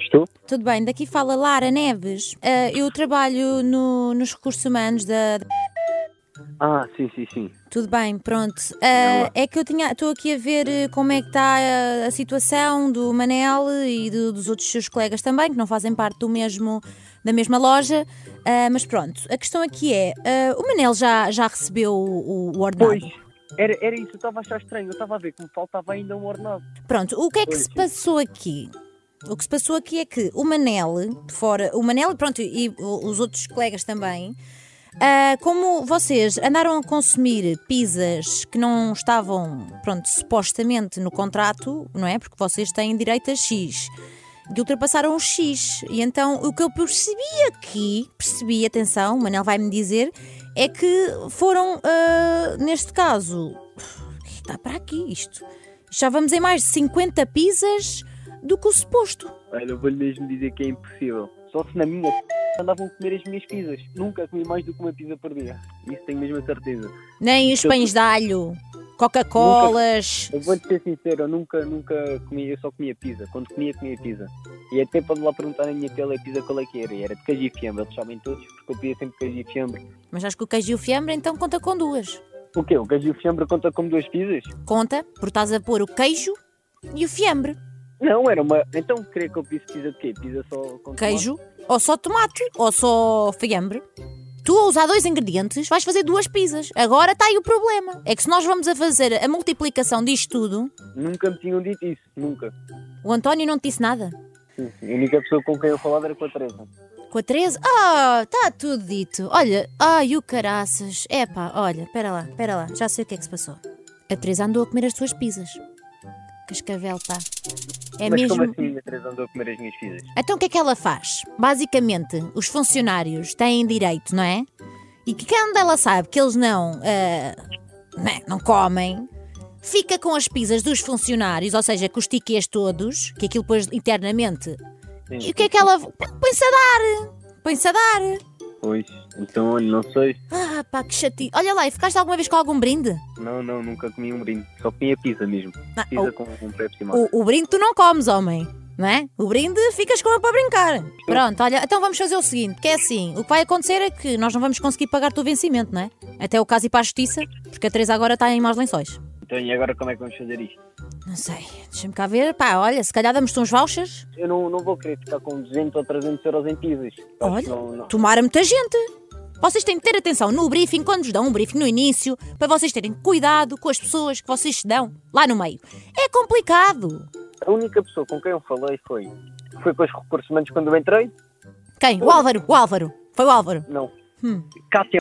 Estou? Tudo bem, daqui fala Lara Neves. Ah, eu trabalho no- nos recursos humanos da. Ah, sim, sim, sim. Tudo bem, pronto. Ah, é que eu tinha, estou aqui a ver eh, como é que está a, a situação do Manel e do- dos outros seus colegas também, que não fazem parte do mesmo, da mesma loja. Ah, mas pronto, a questão aqui é: ah, o Manel já, já recebeu o, o ordenado? Pois, era, era isso, eu estava a achar estranho. Eu estava a ver que me faltava ainda um ordenado. Pronto, o que é que Pois, se sim. passou aqui? O que se passou aqui é que o Manel, fora o Manel pronto, e o- os outros colegas também, ah, como vocês andaram a consumir pizzas que não estavam, pronto, supostamente no contrato, não é? Porque vocês têm direito a X. E ultrapassaram o X. E então o que eu percebi aqui, percebi, atenção, o Manel vai-me dizer, é que foram, ah, neste caso, é Está para aqui isto. Já vamos em mais de 50 pizzas do que o suposto. Olha, eu vou-lhe mesmo dizer que é impossível. Só se na minha p... andavam a comer as minhas pizzas. Nunca comi mais do que uma pizza por dia. Isso tenho mesmo a certeza. Nem Né? os pães de alho, Coca-Colas. Eu vou-lhe ser sincero, eu nunca, nunca comi, eu só comia pizza. Quando comia, comia pizza. E até pode lá perguntar à minha tia a pizza qual é que era. E era de queijo e fiambre. Eles sabem todos, porque eu pedia sempre queijo e fiambre. Mas acho que o queijo e o fiambre então conta com duas. O quê? O queijo e o fiambre conta como duas pizzas? Conta, porque estás a pôr o queijo e o fiambre. Não, era uma... Então, queria que eu pedisse pizza de quê? Pizza só com tomate? Queijo, ou só tomate, ou só fiambre. Tu a usar dois ingredientes, vais fazer duas pizzas. Agora está aí o problema. É que se nós vamos a fazer a multiplicação disto tudo, Nunca me tinham dito isso, nunca. o António não te disse nada. Sim, sim. A única pessoa com quem eu falava era com a Teresa. Com a 13? Ah, está tudo dito. Olha, ai o caraças. Epá, olha, espera lá, espera lá. Já sei o que é que se passou. A Teresa andou a comer as suas pizzas. Cascavel, pá. É Mas mesmo. como assim a Teresa andou a comer as minhas filhas? Então o que é que ela faz? Basicamente, os funcionários têm direito, não é? E que quando ela sabe que eles não, ah, não é, não comem, fica com as pizzas dos funcionários, ou seja, com os tiquês todos, que aquilo depois internamente. Sim. E o que é que ela. Põe-se a dar! Põe-se a dar! Pois, então olha, não sei. Ah, pá, que chatice. Olha lá, e ficaste alguma vez com algum brinde? Não, não, nunca comi um brinde. Só comi a pizza mesmo. Ah, Pizza com, com Pepsi Max. o, o brinde tu não comes, homem. Não é? O brinde ficas com ele para brincar. Pronto, olha, então vamos fazer o seguinte: que é assim, o que vai acontecer é que nós não vamos conseguir pagar-te o vencimento, não é? Até o caso ir para a justiça, porque a Teresa agora está em maus lençóis. Então e agora como é que vamos fazer isto? Não sei, deixa-me cá ver. Pá, olha, se calhar damos-te uns vouchers. Eu não, não vou querer ficar com 200 ou 300 euros em pizzas. Acho Olha. que Não, não. Tomara muita gente. Vocês têm de ter atenção no briefing, quando nos dão um briefing no início, para vocês terem cuidado com as pessoas que vocês se dão lá no meio. É complicado. A única pessoa com quem eu falei foi... Foi com os recursos humanos quando eu entrei? Quem? O Álvaro, o Álvaro. Foi o Álvaro. Não. Hum. Cátia...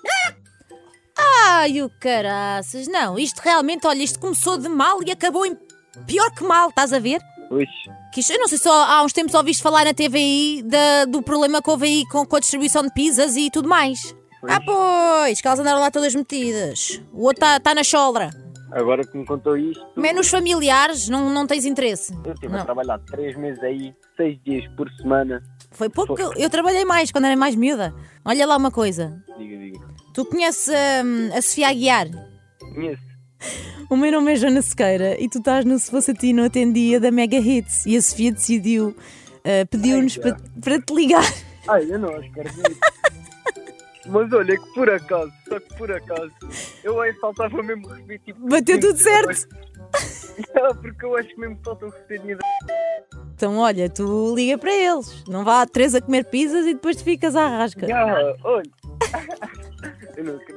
Ai, o caraças! Não, isto realmente, olha, isto começou de mal e acabou em pior que mal, estás a ver? Pois, Que isto- eu não sei se há uns tempos ouviste falar na TVI da- do problema que houve aí com, com a distribuição de pizzas e tudo mais. Pois. Ah, pois, que elas andaram lá todas metidas. O outro está na cholra. agora que me contou isto... Menos familiares, não, não tens interesse. Eu estive a Não. trabalhar 3 meses aí, 6 dias por semana. Foi pouco que eu, eu trabalhei mais quando era mais miúda. Olha lá uma coisa. Diga, diga. Tu conheces hum, a Sofia Aguiar? Conheço. O meu nome é Joana Sequeira e tu estás no Se Fosse a Ti no Atendia da Mega Hits e a Sofia decidiu, ah, pediu-nos Ai, para, para te ligar. Ai, eu não acredito. Mas olha que por acaso, só que por acaso, eu aí faltava mesmo receber tipo. Bateu tudo certo. Não, porque eu acho que mesmo faltam receber dinheiro. Então olha, tu liga para eles. Não vá a três a comer pizzas e depois te ficas à rasca. Ah, olha. Eu não acredito.